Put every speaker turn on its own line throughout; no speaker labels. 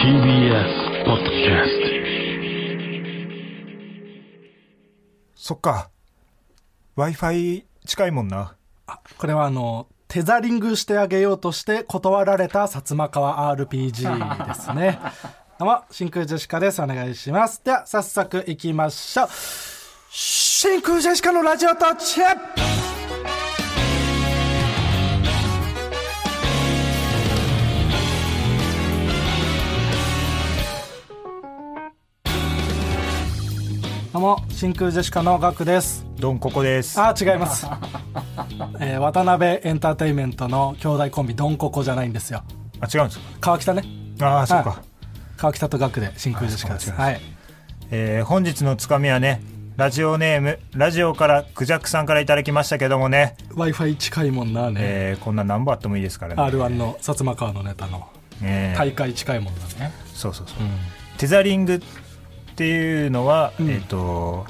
TBS ポッドキャスト
そっか。Wi-Fi 近いもんな。
これはあの、テザリングしてあげようとして断られた薩摩川 RPG ですね。 どうも、真空ジェシカです。お願いします。では、早速行きましょう。真空ジェシカのラジオタッチどうも、真空ジェシカのガクです。
ドンココです。
あー違い ます、えー渡辺エンターテインメントの兄弟コンビドンココじゃないんですよ
あ、違うんです
川北ね
か。ああ、そっか
は。川北と学で真空ジェシカです
あそう
はい
えー本日のつかみはね、ラジオネーム、ラジオからクジャクさんからいただきましたけどもね、
w i f i 近いもんなね、
えーこんな何本あってもいいですからね。
r 1の薩摩川のネタの
えー
大会近いもんなね
そうそうそう。テザリングっていうのは、えっ、と、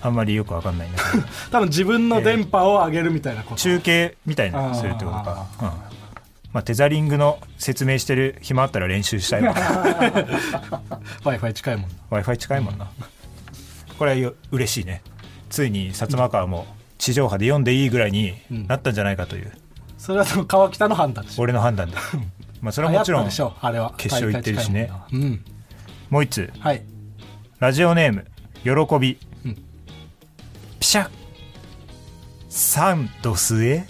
あんまりよくわかんないん だけど、
多分自分の電波を上げるみたいなこと、
中継みたいなのするってことか。うん。まあ、テザリングの説明してる暇あったら練習したいわ
w i f i 近いもんな
w i f i 近いもんなこれはよ嬉しいねついに薩摩川も地上波で読んでいいぐらいになったんじゃないかという、
それはその川北の判断でしょ
俺の判断でまあそれはもちろ
流行ったで
ん
しょあれは
決勝行ってるし
大会
ね
近いもんな
もう一つ
うんはい
ラジオネーム喜び、
うん
ピシャサンドスエ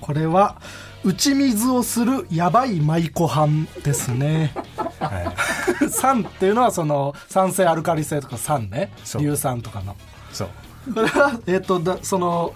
これは打ち水をするやばい舞妓飯ですね。 酸っていうのはその酸性アルカリ性とか酸ね
そう
硫酸とかの
そう
これはえっ、とだその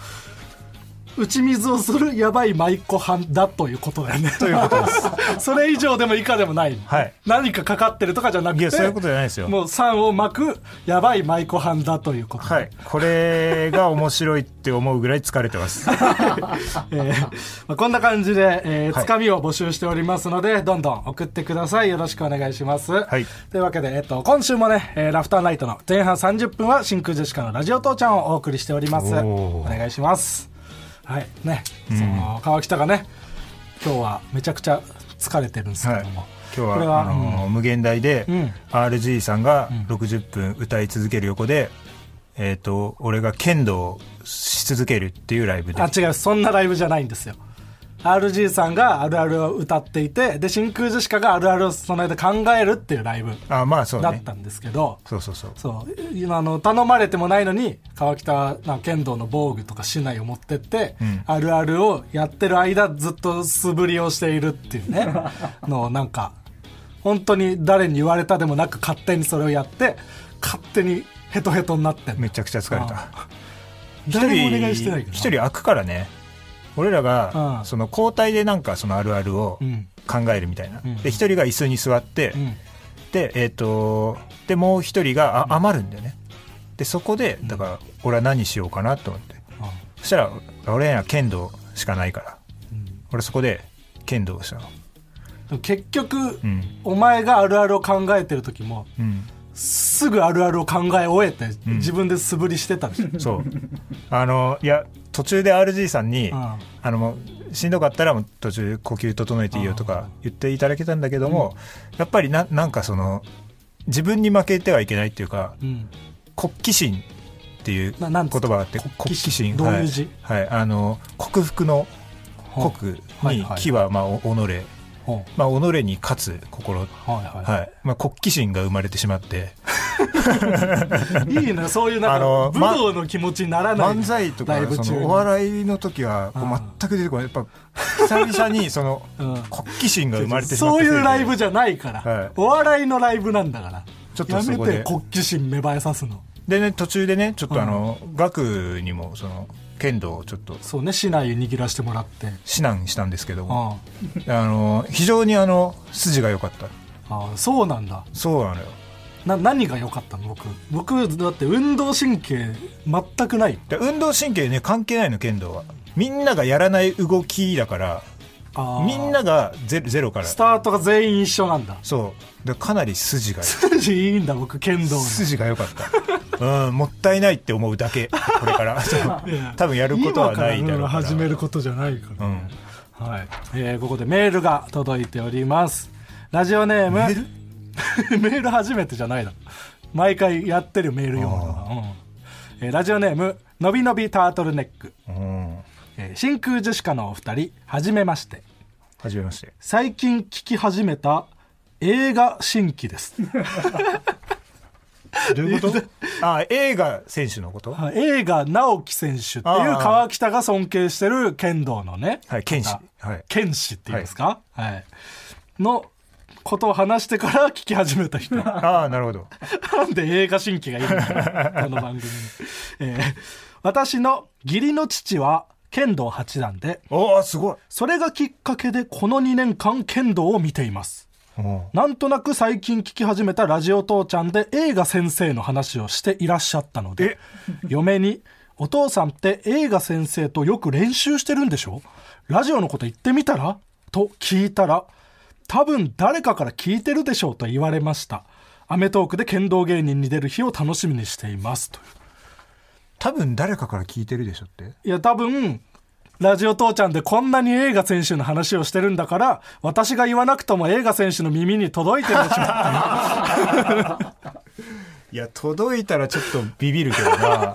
打ち水をするやばい舞妓飯だということだよね
ということです
それ以上でも以下でもない、
はい
何かかかってるとかじゃなく
い
て
やそういうことじゃないですよ
もう酸をまくやばい舞妓飯だということ
はいこれが面白いって思うぐらい疲れてます
えーまあ、こんな感じで、えー
はい
つかみを募集しておりますので、どんどん送ってください。よろしくお願いします。
い
というわけで、えっと、今週もね、えーラフターナイトの前半30分は真空ジェシカのラジオ父ちゃんをお送りしております。
お
お
ー
願いします。はい。ね、その、川北がね、今日はめちゃくちゃ疲れてるんですけ
はい
ども。
今
こ
日
れ
は
は
あのー無限大で、
ん
RG さんが60分歌い続ける横で、えっ、と俺が剣道をし続けるっていうライブで
あ、違う、そんなライブじゃないんですよ。RG さんがあるあるを歌っていて、で、真空ジェシカがあるあるをその間考えるっていうライブ
あまあそう
だ
ね
ったんですけど、
そうそうそう
そう今あの頼まれてもないのに川北はなんか剣道の防具とか竹刀を持ってって、あるあるをやってる間ずっと素振りをしているっていう ねのをなんか本当に誰に言われたでもなく勝手にそれをやって勝手にヘトヘトになってんの
めちゃくちゃ疲れた
誰もお願いしてないけど
一人開くからね俺らが、
うん
その交代でなんかそのあるあるを
ん
考えるみたいな、で一人が椅子に座って、
ん
でえっ、とでもう一人があ余るんだよねでそこでだから俺は何しようかなと思って、そしたら俺には剣道しかないから、俺そこで剣道をしたの
でも結局、
ん
お前があるあるを考えてる時も、
ん
すぐあるあるを考え終えて、自分で素振りしてたでしょ
そう あのいや途中で RG さんに、
ん
あのもうしんどかったらもう途中呼吸整えていいよとか言っていただけたんだけども、やっぱりななんかその自分に負けてはいけないっていうか、
うん
国旗心っていう
な
言
なん
葉
ですか
があって
国
国
旗
旗
心
心
どういう字
はい、はいあの克服の国
はい
に
はい
木はまあお己、
ほ
まあ、己に勝つ心
うはいはい
はいまあ、国旗心が生まれてしまって
いいな、そういうな
あ
ん
の
か、
ま
武道の気持ちにならない。
漫才と
ラ
か
イブ中
そ
に
のお笑いの時はこう全く出てこないやっぱ久々にその
うん
国旗心が生まれてしまった
そう
せ
い
で
うライブじゃないから、
はい
お笑いのライブなんだから。
ちょっと
や
そ
め
こで
て国旗心芽生えさすの。
でね途中でねちょっとあの、学にもその剣道をちょっと
そうね、市内握らしてもらって。
指南したんですけど
う
も
ん。
あの非常にあの筋が良かった
ああそうなんだ
そうなのよ
な何が良かったの僕僕だって運動神経全くない
で運動神経ね関係ないの剣道はみんながやらない動きだから
あー
みんながゼゼロから
スタートが全員一緒なんだ
そうでかなり筋が
筋いいんだ僕剣道の
筋が良かった、うん、もったいないって思うだけこれか らそう多分やることはないだろう
今
から
から始めることじゃないから
う、ん
はい、えーここでメールが届いておりますラジオネーム
メー
メール初めてじゃないだろ毎回やってるメール読むのがうんえーラジオネームのびのびタートルネック、
うん
えー真空ジェシカのお二人はじめまして
はじめまして
最近聞き始めた映画新規です
どうい うことあ映画選手のこと
あ映画直樹選手っていう
ああ
川北が尊敬してる剣道のね、
はい剣士
方
はい
剣士って言いますか、はいのことを話してから聞き始めた 人な
ああなるほど
んで映画新規がいるんだ ろうこの番組に、えー私の義理の父は剣道八段で
おおすごい
それがきっかけでこの2年間剣道を見ています
うん
なんとなく最近聞き始めたラジオ父ちゃんで映画先生の話をしていらっしゃったので、 嫁に、お父さんって映画先生とよく練習してるんでしょラジオのこと言ってみたらと聞いたら、多分誰かから聞いてるでしょうと言われました。アメトークで剣道芸人に出る日を楽しみにしていますという。
多分誰かから聞いてるでしょって
いや、多分、ラジオ父ちゃんでこんなに映画選手の話をしてるんだから、私が言わなくとも映画選手の耳に届いてるでしょう。
いや届いたらちょっとビビるけどな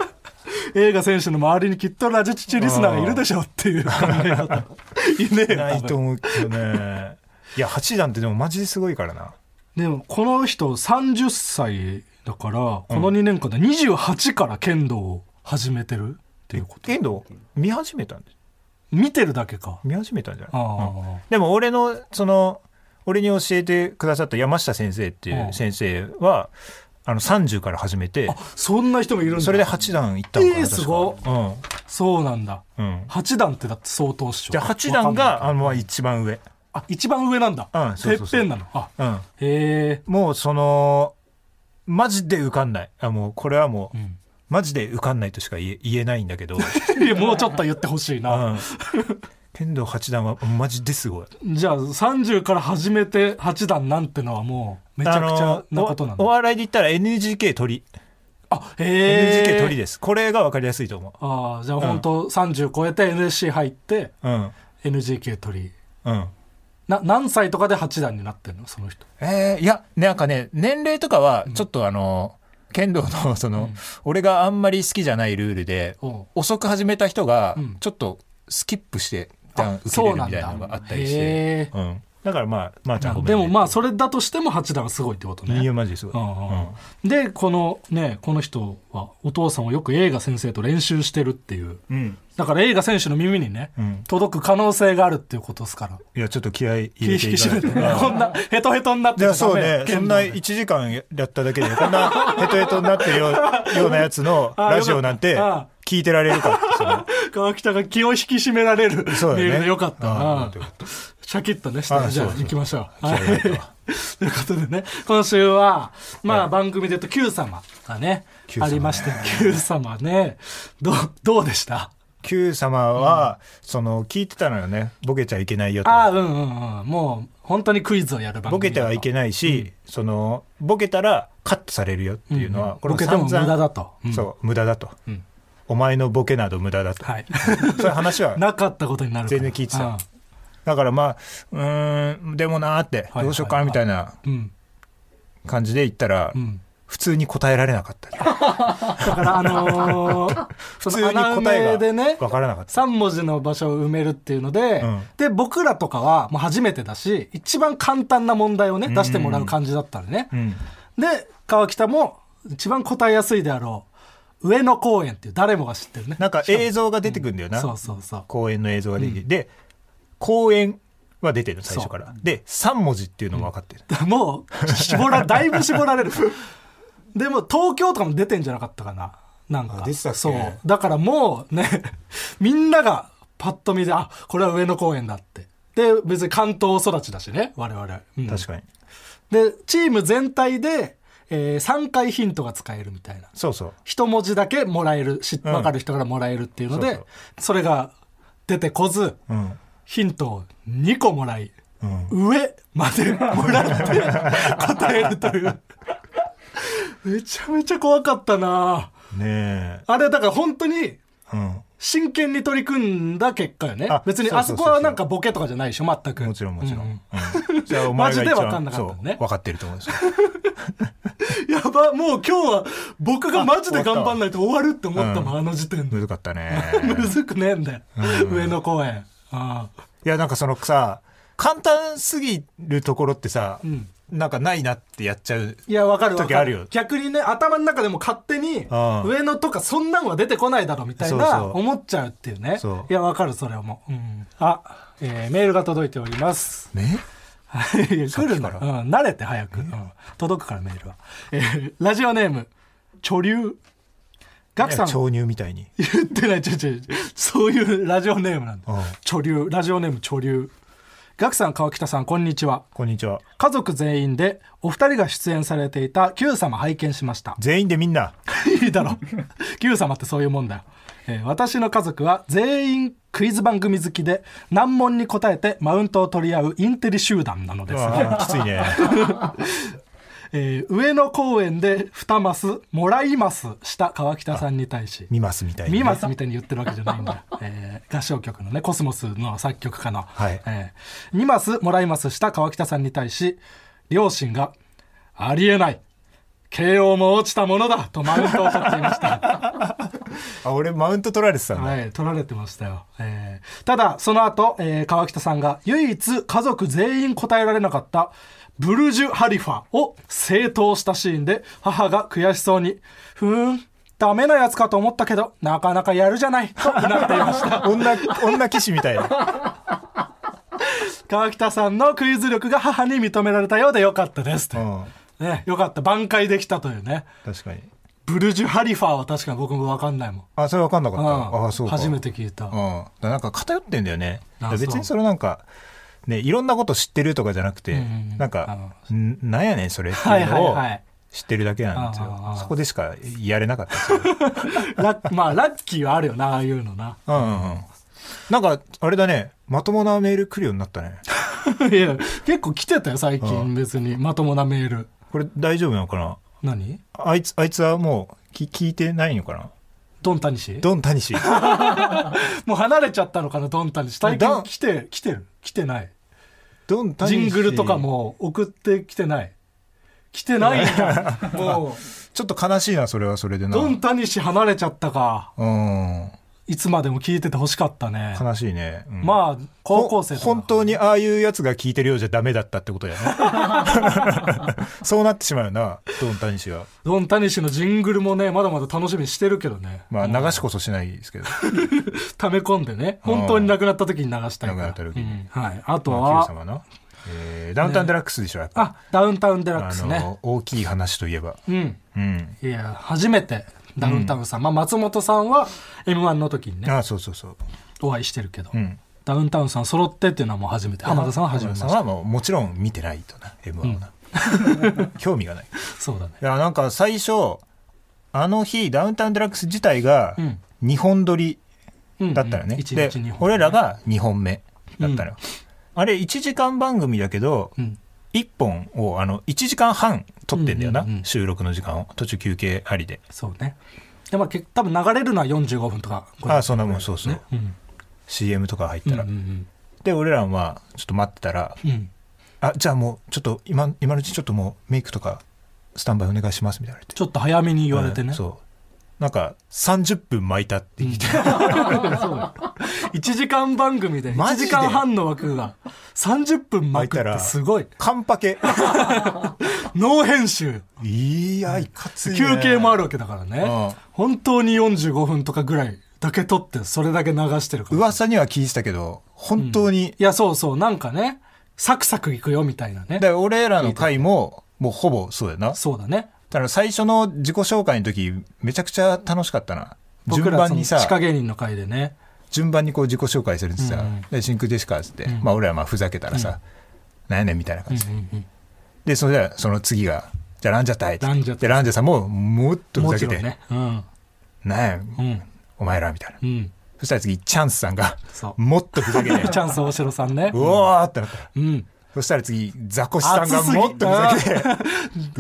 映画選手の周りにきっとラジチチリスナーがいるでしょうって いう考え方い ねえよ
ないと思うけどねいや八段ってでもマジですごいからな
でもこの人30歳だからこの2年間で28から剣道を始めてるっていうこと、
剣道見始めたんです
見てるだけか
見始めたんじゃ
あ
ない
あ、
でも俺のその俺に教えてくださった山下先生っていう先生は、あの30から始めて
そんな人もいるんだ
それで八段行ったのかな、
えー
確か
すごそうなんだ、
うんうん
八段ってだって相当っしょ
じゃあ八段
わかん
が
ない
あのまあ一番上、
あ一番上なんだ、
うんそうそう
て
そう
っぺんなのあ
うん、
へえ
もうそのマジで受かんないあもうこれはもう、マジで受かんないとしか言え言えないんだけ ど、う
いやもうちょっと言ってほしいな、
ん、剣道八段はマジですごい
じゃあ30から始めて八段なんてのはもうめちゃくちゃなことなん
あのおお
だ。
笑いで言ったら NGK 鳥、
あ、へえ。
NGK 鳥ですこれが分かりやすいと思
ああ、じゃあ本当30超えて NSC 入って
ううん
NGK 取り。
うん
な、何歳とかで八段になってんのその人。
えーいや、なんかね、年齢とかは、ちょっとあの、剣道の、 その、俺があんまり好きじゃないルールで、
おう
遅く始めた人が
うん、
ちょっとスキップして、一旦受け
そ
れ
う
る
な
み
ん
た
だ
いなのがあったりして。
へえ
うん。だからまあ、まあちゃんごめん
でも
ね
まあ、それだとしても八段はすごいってこと
い
ね
や、。マジですごい。
うんうんうんで、このね、この人はお父さんをよく映画先生と練習してるっていう。
うん。
だから映画選手の耳にね、
ん
届く可能性があるっていうことですから。
いや、ちょっと気合い
気引
入れ
き
てい
締
かな
めて
いと。
ね、 こんなヘトヘトになっ
い
て
や
ちゃダ
そう
メ
ねそんな1時間やっただけでこ んなヘトヘトになってるよようなやつの
あ
ラジオなんて
よかっ
聞いてられるかってその
川北が気を引き締められるメ
そうだよね
ールでよかった
あ
な
ーよかっ。
シャキッとね、して
あー
じゃあ
そうそう
行きましょう。
気合
はい
入れ
い。と
て
いう
わ
ことでね、今週は、ま
は
あ
い
番組で言うと Q 様がね、
Q 様
あ
ね
りまして、Q 様ね、どう、どうでした
Q 様は、その聞いてたのよねボケちゃいけないよと
ああ、うんうんうん。もう本当にクイズをやる番組。
ボケてはいけないし、そのボケたらカットされるよっていうのは、
ボケても無駄だと。うん
そう無駄だと、お前のボケなど無駄だと、
はい。
そういう話は
なかったことになるから。
全然聞いてた
うん
だからまあうーんでもなーって
い
どうしようかなみたいな
うん。
感じで言ったら、
ん
普通に答えられなかった、
だから、あのー、 普
普通に答え
でね
が、分からなかった
3文字の場所を埋めるっていうので、
うん
で僕らとかはもう初めてだし一番簡単な問題をね出してもらう感じだったんでね、
ん
で川北も一番答えやすいであろう上野公園っていう誰もが知ってるね
なんか
しも
映像が出てくるんだよな、
そうそうそう
公演の映像が出てきて、で公演は出てる最初からで3文字っていうのも分かってる、
もう絞らだいぶ絞られるでも東京とかも出てんじゃなかったかななんか
あ出てたっけ
そうだからもうねみんながパッと見であこれは上野公園だってで別に関東育ちだしね我々、うん
確かに
で、チーム全体で、え3回ヒントが使えるみたいな。
そうそう
一文字だけもらえる、し
ん
わかる人からもらえるっていうので、
そう
そ
そう
れが出てこず、
ん
ヒントを2個もらい、上までも らって答えるという。めちゃめちゃ怖かったな
ね
あれだから本当に
えうん
真剣に取り組んだ結果よね
あ。
別に
そう
あ
そうそ
そ
うそ
こ
う
はなんかボケとかじゃないでしょ、全く。
もちろんもちろ、
うん
うんじゃあお前が一
マジで
番
分かんなかったのね
そう分かってると思うんですよ
やば、もう今日は僕がマジで頑張んないと終わるって思ったもん、あの時点で。
難かったね
むずくねえんだよ。上野公園。ああ
いやなんかそのさ簡単すぎるところってさ、なんかないなってやっちゃう
いや、わかるわ
時
か
あ
る
るよ
逆にね、頭の中でも勝手に、
ああ
上野とかそんなんは出てこないだろ、みたい
そう
な、
そう
思っちゃうっていうね
そ。う
いや、わかる、それはもう。うんあ、えーメールが届いており ます。
ね
はい来るの。
さっき
うん、慣れて早く。うん届くから、メールは。えーラジオネーム、貯留。ガクさん。
潮入みたいに
言ってない、ちょいちょいちょいそういうラジオネームなんだ
うん。
貯留、ラジオネーム貯留。ガクさん、川北さん、こんにちは。
こんにちは
家族全員でお二人が出演されていた『Q 様』拝見しました
全員でみ んない
いだろ Q 様ってそういうもんだよ、えー私の家族は全員クイズ番組好きで難問に答えてマウントを取り合うインテリ集団なのですが、
あーきついね
えー上野公園で2マスもらいますした川北さんに対し
見ますみたいに、
ミマスみたいに言ってるわけじゃないん だ、えー合唱曲のねコスモスの作曲家の、
はい
えー、2マスもらいますした川北さんに対し両親が「ありえない慶応も落ちたものだ」とマウントを取っていま した、
あ俺マウント取られてたんだ、
はい、取られてましたよ、えーただその後、えー川北さんが唯一家族全員答えられなかったブルジュ・ハリファを正当したシーンで母が悔しそうに「ふーんダメなやつかと思ったけどなかなかやるじゃない」となっていました
女女騎士みたいな
川北さんのクイズ力が母に認められたようでよかったですと
う
いうんね、よかった挽回できたというね
確かに
ブルジュ・ハリファは確かに僕も分かんないもん、
あそれ分かんなかっ
うん
た、あそうか
初めて聞いた、
うん、だからなんか偏ってんだよね
あ
だから別
そう
にそれなんかねいろんなこと知ってるとかじゃなくて、
んうん
なんかんなんやねんそれって
はいいうはい
のを
はい
知ってるだけなんですよ、
ああ
そこでしかやれなかったですよ
ラッまあラッキーはあるよなああいうのな
うんうんうんなんかあれだねまともなメール来るようになったね
いや結構来てたよ最
う
近別にまともなメール
これ大丈夫なのかな
何
あいつあいつはもうき聞いてないのかな
ドンタニシ
ドンタ ニシ
もう離れちゃったのかなドンタニシ最
ド
近
ン
来て来てる来てない
ドンタニ
ジン
シ
グルとかも送ってきてない来てないんだ も
ちょっと悲しいなそれはそれで
う
な
ドンタニシ離れちゃったか
うん
いつまでも聞いててほしかったね。
悲しいね、うん
まあ、高校生とか
ほん本当にああいうやつが聞いてるようじゃダメだったってことやね そうなってしまうよなドンタニシは
ドン・タニシのジングルもね、まだまだ楽しみにしてるけどね。
まあ流しこそしないですけど
溜め込んでね。本当に亡くなった時に流したいから。
亡くなった時に
うんはい。あと
まあ Q
は、
様な、えーダウンタウンデラックスでしょやっぱ、
あ、ダウンタウン・デラッ
あ
クス
の、
ね。
大きい話といえば
うん。
うん
いや、初めてダウンタウンさん。まあ、松本さんは M1 の時にね、
ああそうそうそう
お会いしてるけど。
ん
ダウンタウンさん揃ってっていうのはもう初めて。浜田さんは初めま
浜田
し
さん
て。
はもうもちろん見てないとな m 1はな、 興味がない
そうだね。
いやなんか最初あの日ダウンタウンデラックス自体が
うん
2本撮り
うん
だったよね、
うん一
で
日二本
俺らが2本目だったのよ、あれ1時間番組だけど、
ん
1本をあの1時間半撮ってんだよな、
うんうんうん
収録の時間を途中休憩ありで
そうね。で、まあ、結多分流れるのは45分とか。
ああそんなもんそうそう、
うん
CM とか入ったら、
うんうん
で俺らはちょっと待ってたら、
うん。うん
あじゃあもうちょっと今今のうちちょっともうメイクとかスタンバイお願いしますみたいな言われて
ちょっと早めに言われてね。
うん そうなんか30分巻いたって言って、
1時間番組で1
マジ
時
で
間半の枠が30分巻くってすごい
カンパケ
ノー編集
いやいかつい、ね、
休憩もあるわけだからね、
うん
本当に45分とかぐらいだけ撮ってそれだけ流してるから
噂には聞いてたけど本当に、
いやそうそうなんかねサクサクいくよみたいなね
で俺らの回ももうほぼそうやなだ
そうだね
から最初の自己紹介の時めちゃくちゃ楽しかったな順
僕ら
番
その
に
地下
さ
芸人の会でね
順番にこう自己紹介するってさ
うん
「
うん
で真空ジェシカ」っつって、まあ、俺らまあふざけたらさ「なんやねん」みたいな感じで、でそれじゃその次がじゃあランジャタイ
ランジャタイ
でランジャさんももっとふ
も
ざ
ち
け
ろん
て、
ね。うん。
なんや、
ん
お前らみたいな、
うん。
そしたら次チャンスさ んが
そう
もっとふざけて
チャンス大城さんね
う。わーってなった
うん。
そしたら次ザコシさんがもっとふざけてう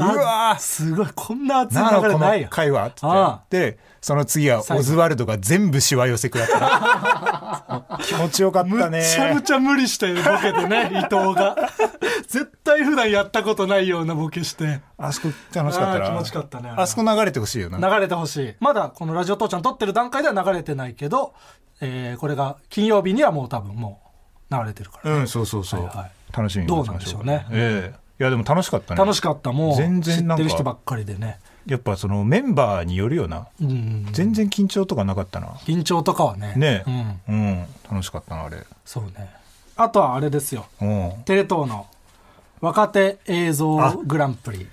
あ
わー
すごい、こんな熱い
なあ
流
こ
れ
の
ないよ。
会話っつ
ああ
ってでその次はオズワルドが全部しわ寄せくらった 気持ちよかったね
めちゃめちゃ無理してボケてね、伊藤 が。絶対普段やったことないようなボケして。
あそこ楽しかったな
ああ気持ちかったねあれ
あそこ流れてほしいよな
流れてほしい。まだこのラジオ父ちゃん撮ってる段階では流れてないけど、えーこれが金曜日にはもう多分もう流れてるから。
うんそうそうそう、
はいはい
楽しみに
ど
待
うなんで
ちまし
し
ょ
ょ
う
うね。
ええいやでも楽しかったね
楽しかった、もう。
全然なんか
知ってる人ばっかりでね。
やっぱそのメンバーによるよな、
うんうん。
全然緊張とかなかったな
緊張とかはね。
ね
う
え
ん。
うん、楽しかったなあれ
そうね。あとはあれですよ。
うん
テレ東の若手映像グランプリ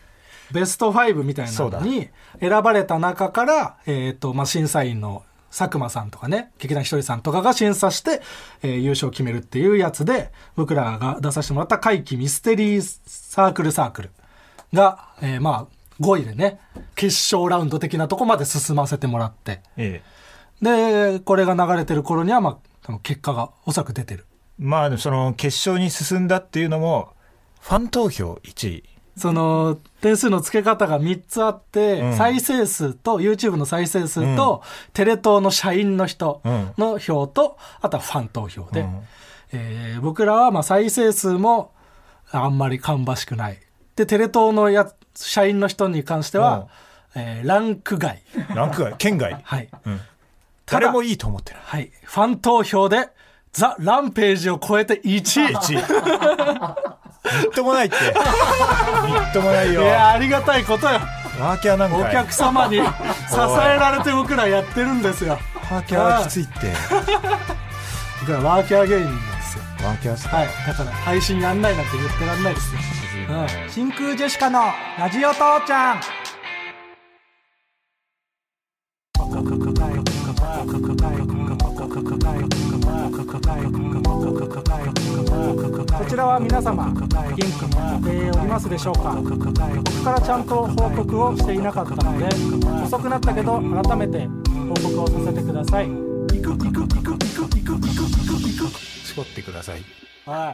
ベスト5みたいな
そう
の
だ
に選ばれた中から、えーとまあ、審査員の佐久間さんとかね劇団ひとりさんとかが審査して、えー優勝を決めるっていうやつで僕らが出させてもらった怪奇ミステリーサークルサークルが、えーまあ5位でね決勝ラウンド的なとこまで進ませてもらって
ええ
でこれが流れてる頃には、まあ、多分結果がおそらく出てる
まあでもその決勝に進んだっていうのもファン投票1位
その点数の付け方が3つあって、
ん
再生数と YouTube の再生数と、テレ東の社員の人
うん
の票と、あとはファン投票で、
うん
えー僕らはまあ再生数もあんまり芳しくないでテレ東のや社員の人に関しては、えーランク外
ランク外 県外
はい、
うん
ただ
誰もいいと思ってない
はい、ファン投票でザ・ランページを超えて1位
1位みっともないってみっともない
い
よ
やありがたいことよ
ワーキャーなんか
お
い
客様 に支えられて僕らやってるんですよ。
ワーキャーはきついって
僕らワーキャー芸人なんですよ。
ワーキャーっす
はい。だから配信やんないなんて言ってらんないですよ。うん。真空ジェシカのラジオ父ちゃん。こちらは皆様元気に寝ておりますでしょうか僕からちゃんと報告をしていなかったので遅くなったけど改めて報告をさせてください行く行く行く行く行く行く行く行く
絞ってください
は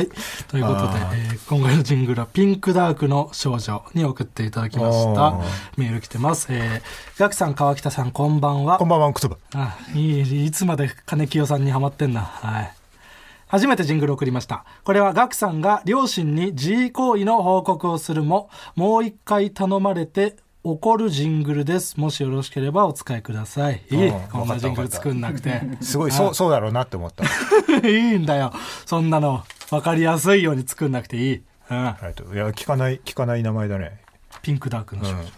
い。ということで
あ、
えー今回のジングルはピンクダークの少女に送っていただきました
あー。
メール来てます。えー、ガクさん、川北さん、こんばんは。
こんばんはんことば
あいいいつまで金清さんにハマってんな。はい。初めてジングルを送りました。これはガクさんが両親に自慰行為の報告をするも、もう一回頼まれて怒るジングルです。もしよろしければお使いください。いい
わかった
こんなジングル作んなくて。
すごいそうそうだろうなって思ったあ
いいんだよ。そんなの、わかりやすいように作んなくていい。うん。
りがとういや聞かない聞かない名前だね
ピンクダークの少女。
うん
うん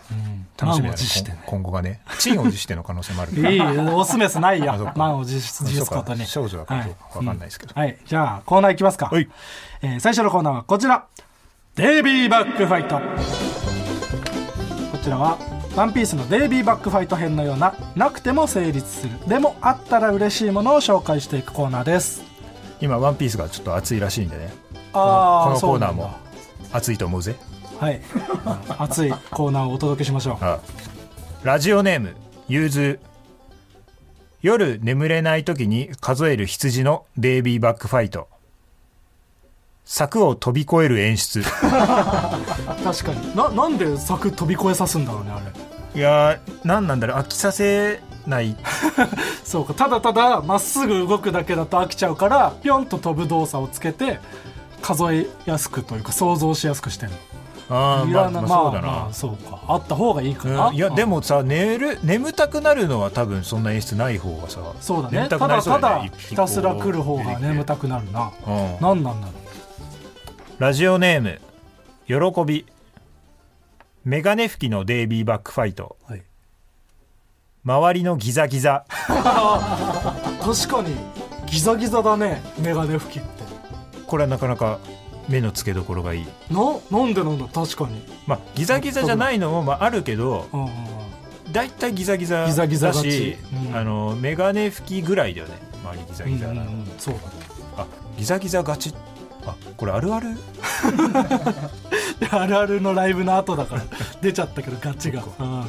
楽しみ
満を
だね
持してね。
今今後がねチンを持しての可能性もあるか
い
ら
い、オスメスない
あそう
よ
か。
満を持す
そうか
ことに。
少女だから
はい
わかんないですけど
うんはい。じゃあ、コーナーいきますか。
はい
えー最初のコーナーはこちら。デイビーバックファイト。こちらは、ワンピースのデイビーバックファイト編のような、なくても成立する、でもあったら嬉しいものを紹介していくコーナーです。
今ワンピースがちょっと熱いらしいんでね
あー
この
そ
コ
う
ーナ
な
ー
んだ
も熱いと思うぜ
はい。 熱いコーナーをお届けしましょう。
あラジオネームゆうず夜眠れない時に数える羊のベイビーバックファイト柵を飛び越える 演出
確かにななんで柵飛び越えさすんだろうねあれ
いやー何なんだろう飽きさせない
そうかただただまっすぐ動くだけだと飽きちゃうからピョンと飛ぶ動作をつけて数えやすくというか想像しやすくしてる
あー
い
まあ
らな
まあそうだな、
まあそうかあった方がいいかな、
うんいやで
も
もさ寝る眠たくなるのは多分そんな演出ない方がさ
そうだね
眠
た
たくな
だ
りそ
た
うよ
だ
ね
ひたすら来る方が眠た
く、
くなるな
うん
何なんだろ
ラジオネーム喜びメガネ拭きのデイビーバックファイト
う、はい、
周りのギザギザ
確かにギザギザだねメガネ拭きって
これはなかなか目の付けどころがいい
ななんでなんだ確かに、
まあギザギザじゃないのもまああるけど
うんうんうん、
大体ギザギザ
ギザギザ
だ
が
し
ちうん
あのメガネ拭きぐらいだよね周りギザギザなの
うんうんうんそうだね
あギザギザがちあこれあるある
であるあるのライブの後だから 出ちゃったけどガチが、うん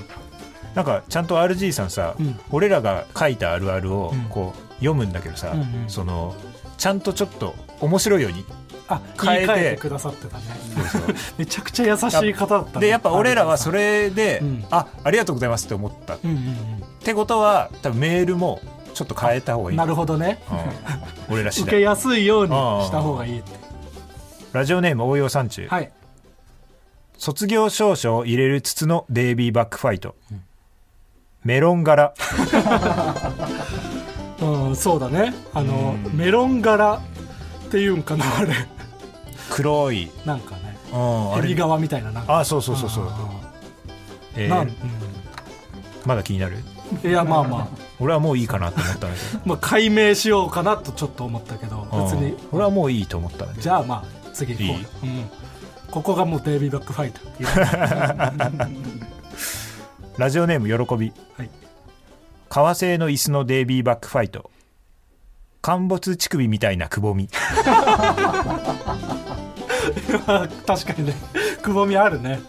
なんかちゃんと RG さんさ、
うん
俺らが書いたあるあるを
うん
こう読むんだけどさ、
うんうん
そのちゃんとちょっと面白いように
あ
変え
言
て
い換えてくださってたね めちゃくちゃ優しい方だったね
でやっぱ俺らはそれで、
うん
あありがとうございますって思った、
う
っ
んうん
てことは多分メールもちょっと変えた方
う
がい
ん
い
なるほどね
うん俺ら次
受け
第
やすいようにした方がいいって
ラジオネーム応用山中、
はい
卒業証書を入れる筒のデイビーバックファイト、メロン柄
うん、そうだねあの、メロン柄っていうんかなあ れ
黒い、
なんかね
うんあ
エ
れ
ビ側みたいななんか
あそうそうそうそう、えー
なん、
まだ気になる
うんいやまあまあ、
俺はもういいかなと思ったんだけど
まあ、解明しようかなとちょっと思ったけど 別に
うん俺はもういいと思ったんだけど
じゃあまあ次行こうようん、ここがもうデイビーバックファイト
ラジオネーム喜び
はい
革製の椅子のデイビーバックファイト陥没乳首みたいなくぼみ
確かにねくぼみあるね、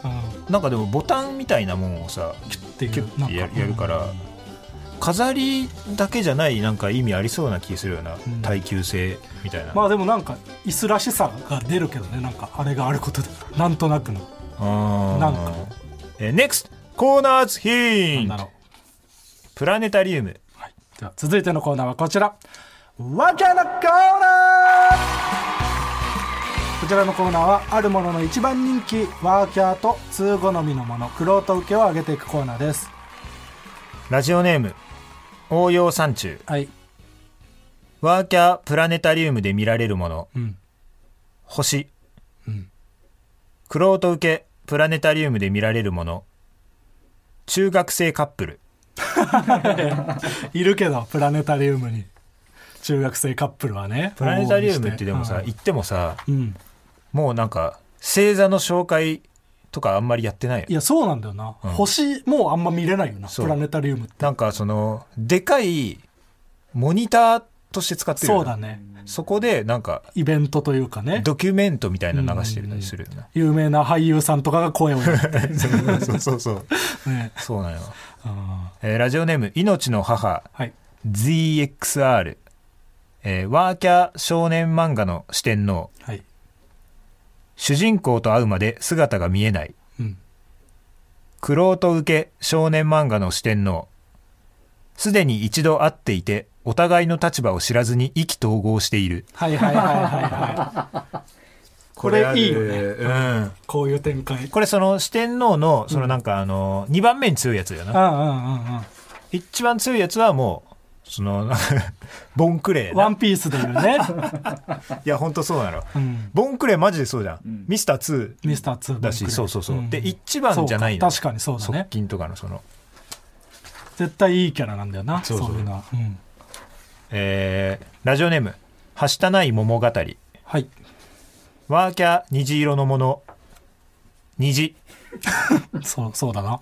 う
なんかでもボタンみたいなもんをさ
ん、っていう
キュ
な
ッ
ん
てややるから飾りだけじゃないなんか意味ありそうな気するよな、
ん
耐久性みたいな、
まあでもなんか椅子らしさが出るけどねなんかあれがあることでなんとなくの
うん
なんか
えー NEXT コーナーズヒ
なん
ン
だろ
ト
う
プラネタリウム
はい、では続いてのコーナーはこちらわちゃのコーナーこちらのコーナーはあるものの一番人気ワーキャーと通好みのものクロート受けを上げていくコーナーです
ラジオネーム応用山中
はい、
ワーキャープラネタリウムで見られるもの
うん、
星、クロート受けプラネタリウムで見られるもの中学生カップル
いるけどプラネタリウムに中学生カップルはね
プラネタリウムってでも
往
さ
々にし
行ってもさ
てうんうん
もうなんか星座の紹介とかあんまりやってないよ
いやそうなんだよな、星もうあんま見れないよな
そう
プラネタリウムって
なんかそのでかいモニターとして使ってるよ
そ
な
うだね
そこでなんか
イベントというかね
ドキュメントみたいなの流してたりするよな
有名な俳優さんとかが声を やって
そうそうそう
ね
そうなのよ、
あー
えーラジオネーム「命の母」
はい
ZXR、えーワーキャー少年漫画の四天王
はい
主人公と会うまで姿が見えない
うん
クロート受け少年漫画の四天王すでに一度会っていてお互いの立場を知らずに意気投合している
はいはいはいはいはい。これいいよね
うん
こういう展開。
これその四天王のそのなんかあの2番目に強いやつだよ
う
なん
うんうん
一番強いやつはもうその ボンク
う
レー
ん。
な
ワンピースで言うね。
いや本当 そうなの
うん。
ボンクレーマジでそうじゃん、ミスター2
ミスター2
だしそうそうそう、で
一
一番じゃないの
確かにそうだ
側
ね。
近とかのその、
絶対いいキャラなんだよな。
そ
そうう
そう
いうのは。うん。
えーラジオネーム「はしたない桃語」
はい。
ワーキャー虹色のもの虹
そう、そうだな。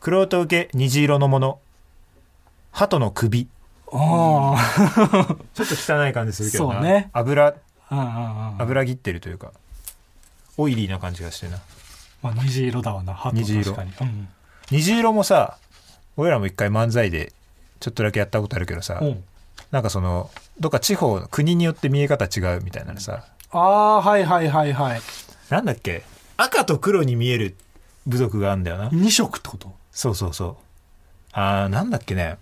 クロート受け虹色のもの鳩の首
あ
ちょっと汚い感じするけどな
そうね
油
あ。うんうんうん。
油切ってるというかオイリーな感じがしてな
まあ、虹色だわな。ハー
虹色
ト確かに。うん。
虹色もさ俺らも一回漫才でちょっとだけやったことあるけどさ、
うん
なんかそのどっか地方国によって見え方違うみたいなのさ
ああ、はいはいはいはい。
なんだっけ赤と黒に見える部族があんだよな
二色ってこと
そうそうそうあーなんだっけね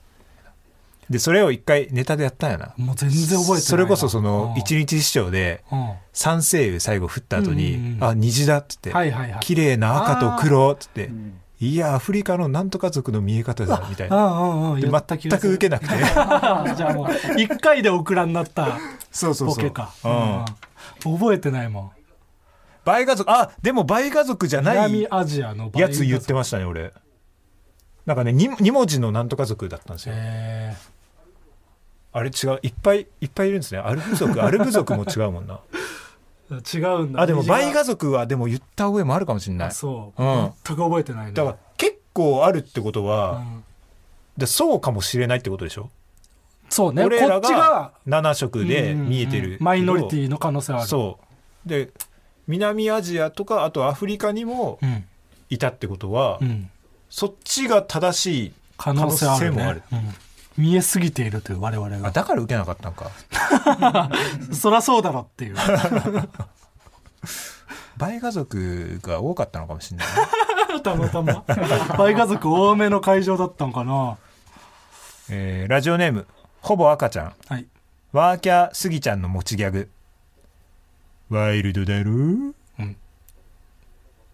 でそれを一回ネタでやったんやな
もう全然覚えてないな。
それこそその
うん
一日視聴で
うん。は
三星雨最後降った後に「
うんうんうん
あ虹だ」っつって
いはいはい。
綺麗な赤と黒」っつって「いやアフリカのなんとか族の見え方だ」みたいうな。
んうんうん。
で
言った気
全
がす
く
る
受けなくて
じゃあもう一回でオクラになった
そうそうそう
ボケか。
うん、
うん覚えてないもん。
バイガ族あでもバイガ族じゃない
南アジアの
やつ言って
ま
ましたね俺なんかね 2, 文字のなんとか族だったんですよ
え
あれ違ういっぱいいっぱいいるんですねアル部族アル部族も違うも んな
ー、違うんだ。
あでもバイガ
ズ
族はでも言った覚えもあるかもしれない
そう、
うん
全く覚えてないね。
だから結構あるってことは、
うん
でそうかもしれないってことでしょ
そうね、こ
俺ら
っちが
が7色で見えてるけど、
うんマイノリティの可能性はある。
そうで南アジアとかあとアフリカにも
うん
いたってことは、
うん
そっちが正しい
可能性ある,、ね
可能性も
うん見えすぎているという我々
あ
が
だから受けなかったのか
そらそうだろ っていう
倍家族が多かったのかもしれない ね
たまたま大家族多めの会場だったんかな
えーラジオネームほぼ赤ちゃん
はい
ワーキャースギちゃんの持ちギャグワイルドだろうん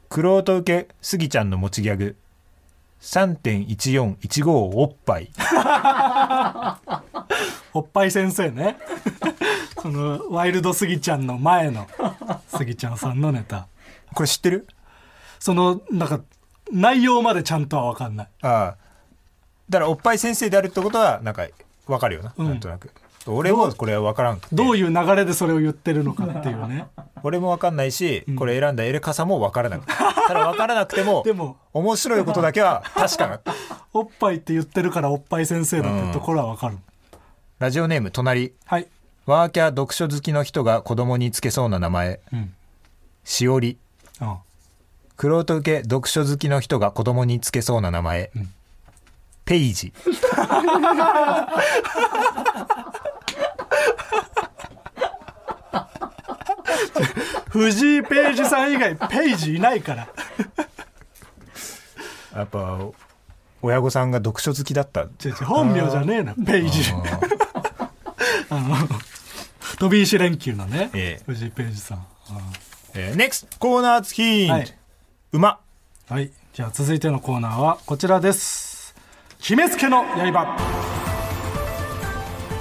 クロート受けスギちゃんの持ちギャグ3.1415おっぱい
おっぱい先生 ねそのワイルドスギちゃんの前のスギちゃんさんのネタ
これ知ってる
そのなんか内容までちゃんとは分かんない
ああだからおっぱい先生であるってことはなんかわかるよな、なんとなく俺もこれは分からんくて
どういう流れでそれを言ってるのかっていう ね
俺も分かんないし、これ選んだエレカさんも分からなか ったただ分からなくても
でも
面白いことだけは確かな
おっぱいって言ってるからおっぱい先生だってところは分かる、
ラジオネーム隣
はい
ワーキャー読書好きの人が子供につけそうな名前、
うん
しおり
あ
クロート受け読書好きの人が子供につけそうな名前、ペイジ
藤井ページさん以外ページいないから
やっぱ親御さんが読書好きだった
違う違う本名じゃねえなページ あの飛び石連休のね、
ええ
藤井ページさん
えー、NEXT コーナーズヒント、
はい
馬
はい。じゃあ続いてのコーナーはこちらです。決めつけの刃。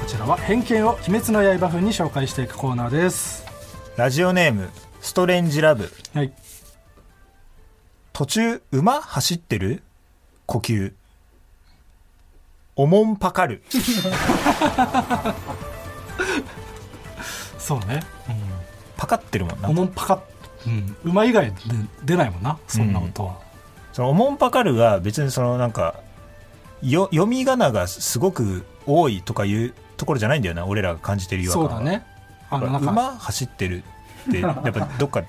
こちらは偏見を鬼滅の刃風に紹介していくコーナーです。
ラジオネームストレンジラブ
はい。
途中馬走ってる呼吸おもんぱかる
そうね。
パカってるもんな
おもんぱかっ、うん、馬以外で出ないもんな、そんな音は。
そのおもんぱかるが別にそのなんかよ読み仮名がすごく多いとかいうところじゃないんだよな俺らが感じてる違和
そ
感
う
は
だね。あ
やっ
の、
ぱ
なんか、
馬走ってるってやっぱどっかで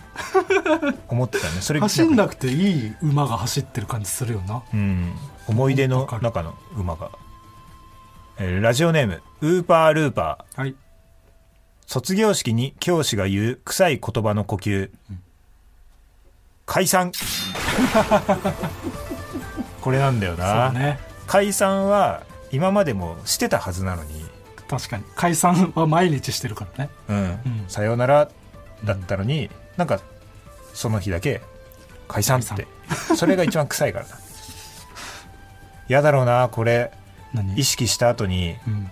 思ってたねそれ
走んなくていい馬が走ってる感じするよな。
うん思い出の中の馬が、えーラジオネームウーパールーパー
はい。
卒業式に教師が言う臭い言葉の呼吸、解 散これなんだよ
そ
な、
うね。
解散は今までもしてたはずなのに、
確かに。解散は毎日してるからね。
うん
ん
さようならだったのに、なんかその日だけ解散って
解
それが一番臭いからな 嫌だろうなこれ
何
意識した後に
うん。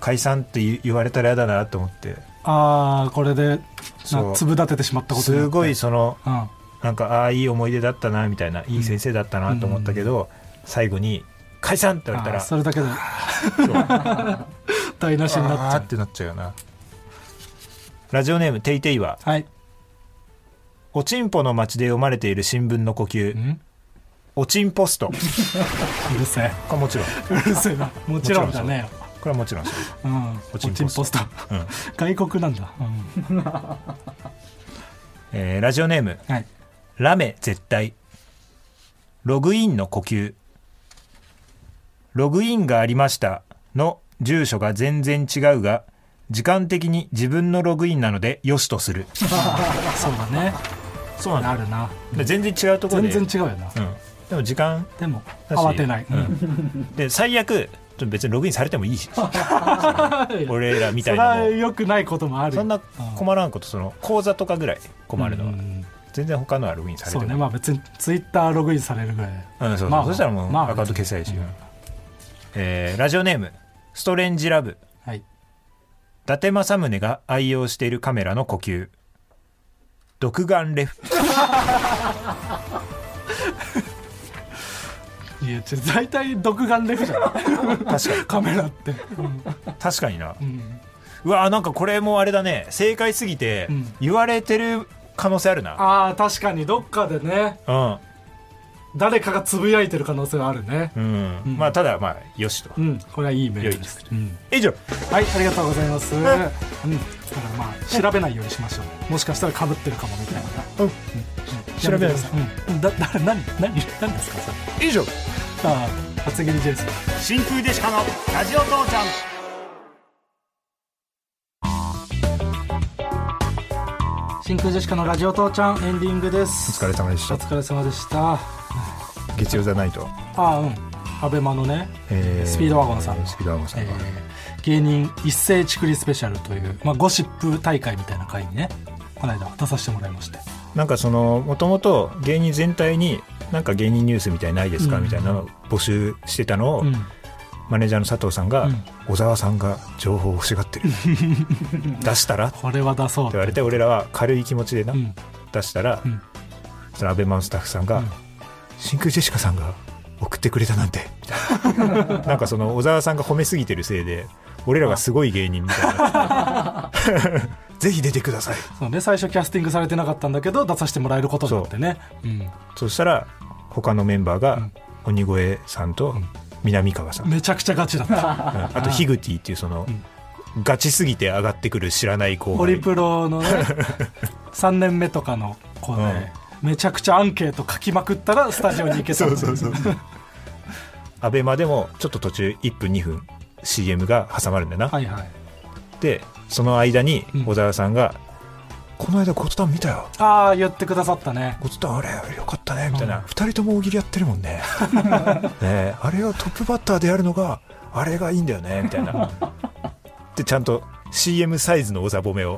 解散って言言われたら嫌だなと思って
ああ、これで、
そう
な粒立ててしまったことによ
す
って
ごい、その
うん。
なんかああーいい思い出だったなみたいないい先生だったなと思ったけど、最後に解散って言われた
あ
ら
ーそれだけで
そう
台無しになっ
あ
ち
ー
ゃ
ってなっちゃうよなラジオネームテイテイは
うはい
おちんぽの街で読まれている新聞の呼吸
ん
おちんポスト
うるせえ
これもちろんこ
うるせえ なもちろんだね
れはもちろんそ
う
う
ん
お
お
ち
ち
ん
ん
ポ
ポ
ス
ス
ト
ト、
うん
外国なんだ、うん
えーラジオネーム
はい
ラメ絶対ログインの呼吸ログインがありましたの住所が全然違うが時間的に自分のログインなのでよしとする
そうだね
そう
あるな
だ全然違うところで
全然違うよな、
うん、でも時間
でも
だし
慌てない、うん、
で最悪ちょ別にログインされてもいいし 俺らみ
そ
た
れ
いな
は
もう
良くないこともある
そんな
困
困らんことその口座とかぐらい困るのは、
ん、
全然他のはログインされて
そう
な
ね
い
まあ別にツイッターログインされるぐらい
うんそうそう
まあ
そしたらもう
まあ
アカウント消せないし、えーラジオネームストレンジラブ
はい
伊達政宗が愛用しているカメラの呼吸独眼レフ
いやちょ大体独眼レフじゃ ない
確か に
カメラって、
確かにな、う
うん、
わなんかこれもあれだね正解すぎて
うん
言われてる可能性あるな
ああ確かにどっかでね
うん
誰かがつぶやいてる可能性はあるね
うん、まあただまあよしと
うん、これはいいメールです、うん、
以上
はいありがとうございます、うん、だからまあ調べないようにしましょうもしかしたらかぶってるかもみたいなうん
調べな
やめ
い
てくださいうんだ誰何何何ですかそれ
以上
ああ厚切りジェイソン
真空ジェシカのラジオ父ちゃん
真空ジェシカのラジオ父ちゃんエンディングです
お疲れ様でし
お
た
疲れ様でしたあ
月曜じゃないと、
あうんアベマのね、
え
スピードワゴンさんの
スピードワゴンさんが、
えー芸人一斉ちくりスペシャルという、まあ、ゴシップ大会みたいな会にねこの間出させてもらいまして
なんかそのもともと芸人全体になんか芸人ニュースみたいないですか、
うん
みたいなのを募集してたのを、
うん
マネージャーの佐藤さんが、
うん
小沢さんが情報を欲しがっ てる出したらって
これは出そう
言われて俺らは軽い気持ちでな、
うん
出したら、
うん
そのアベマのスタッフさんが、真空ジェシカさんが送ってくれたなんて みたいななんかその小沢さんが褒めすぎてるせいで俺らがすごい芸人みたいな ぜひ出てください
そうね最初キャスティングされてなかったんだけど出させてもらえることになってねうん
そしたら他のメンバーが鬼越さんと南川さん、うん
めちゃくちゃガチだった
あとヒグティっていうその、ガチすぎて上がってくる知らない後
オ
輩
リプロ のね3年目とかの子で、めちゃくちゃアンケート書きまくったらスタジオに行けた
そ
の
うそうそうアベマでもちょっと途中1分2分 CM が挟まるんだな、
はいはい
でその間に
うん
小沢さんが「この間ゴッドタン見たよ
ああ言ってくださったね
ゴッドタンあれよかったね」みたいな、二2人とも大喜利やってるも んねねあれをトップバッターでやるのがあれがいいんだよねみたいなでちゃんと CM サイズのおざぼめ を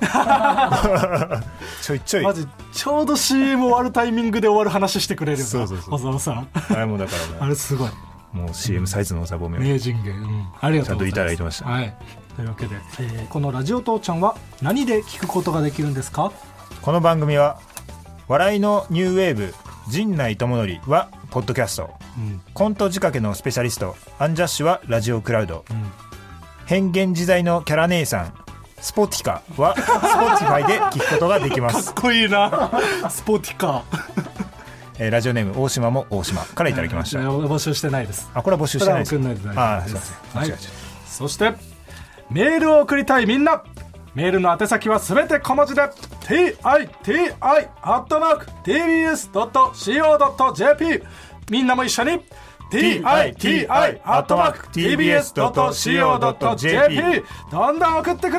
ちょいちょい
マジちょうど CM 終わるタイミングで終わる話してくれるよな
そうそうそう
小沢さん
あれもだから
あ
も
れすごいう
もう CM サイズのおざぼめを、
名人芸、うん、ありがとうございます
ちゃんといただいてました
はい、というわけで、えーこの「ラジオ父ちゃん」は何で聞くことができるんですか
この番組は笑いのニューウェーブ陣内智則はポッドキャスト、
ん
コント仕掛けのスペシャリストアンジャッシュはラジオクラウド、変幻自在のキャラ姉さんスポティカはスポティファイで聞くことができま
か
す
っ、こいいなスポティカ
えーラジオネーム大島も大島からいただきまし
いや
た
募集してないです
あこれは募集してないで
そ
す
れは送んないで
あ
大
ーす
丈夫
いま
で
せ
す
ん間違えちゃった
そしてメールを送りたいみんなメールの宛先はすべて小文字で titi.tbs.co.jp みんなも一緒に titi.tbs.co.jp どんどん送ってくれ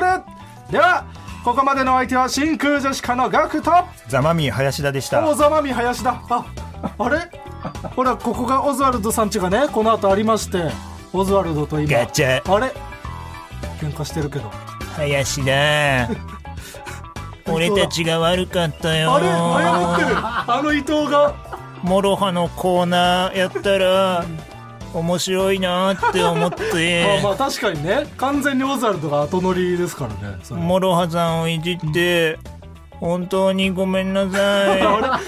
ではここまでのお相手は真空ジェシカのガクと
ザマミィ林田でした
大ざまみ林だああれほらここがオズワルドさんちがねこの後ありましてオズワルドと今
ガチャ
あれ喧嘩してるけど
林 田俺たちが悪かったよ
あれ謝ってるあの伊藤が
モロハのコーナーやったら面白いなって思 っ
まあ
て
まあ確かにね完全にオズワルドが後乗りですからねそれ
モロハさんをいじって本当にごめん なさ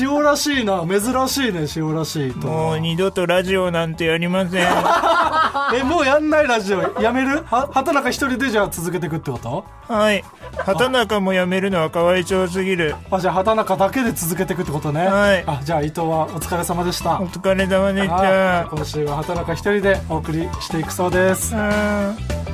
塩らしいな珍しいね塩らしい
いも
と
う二度とラジオなんてやりま せんは
えもうやんないラジオやめるは畑中一人でじゃあ続けていくってこと
い畑中もやめるのはかわいそうすぎる
あじゃあ畑中だけで続けていくってことね
はい
あじゃあ伊藤はお疲れ様でした
お疲れ様でし
はい
た
今週は畑中一人でお送りしていくそうです
あー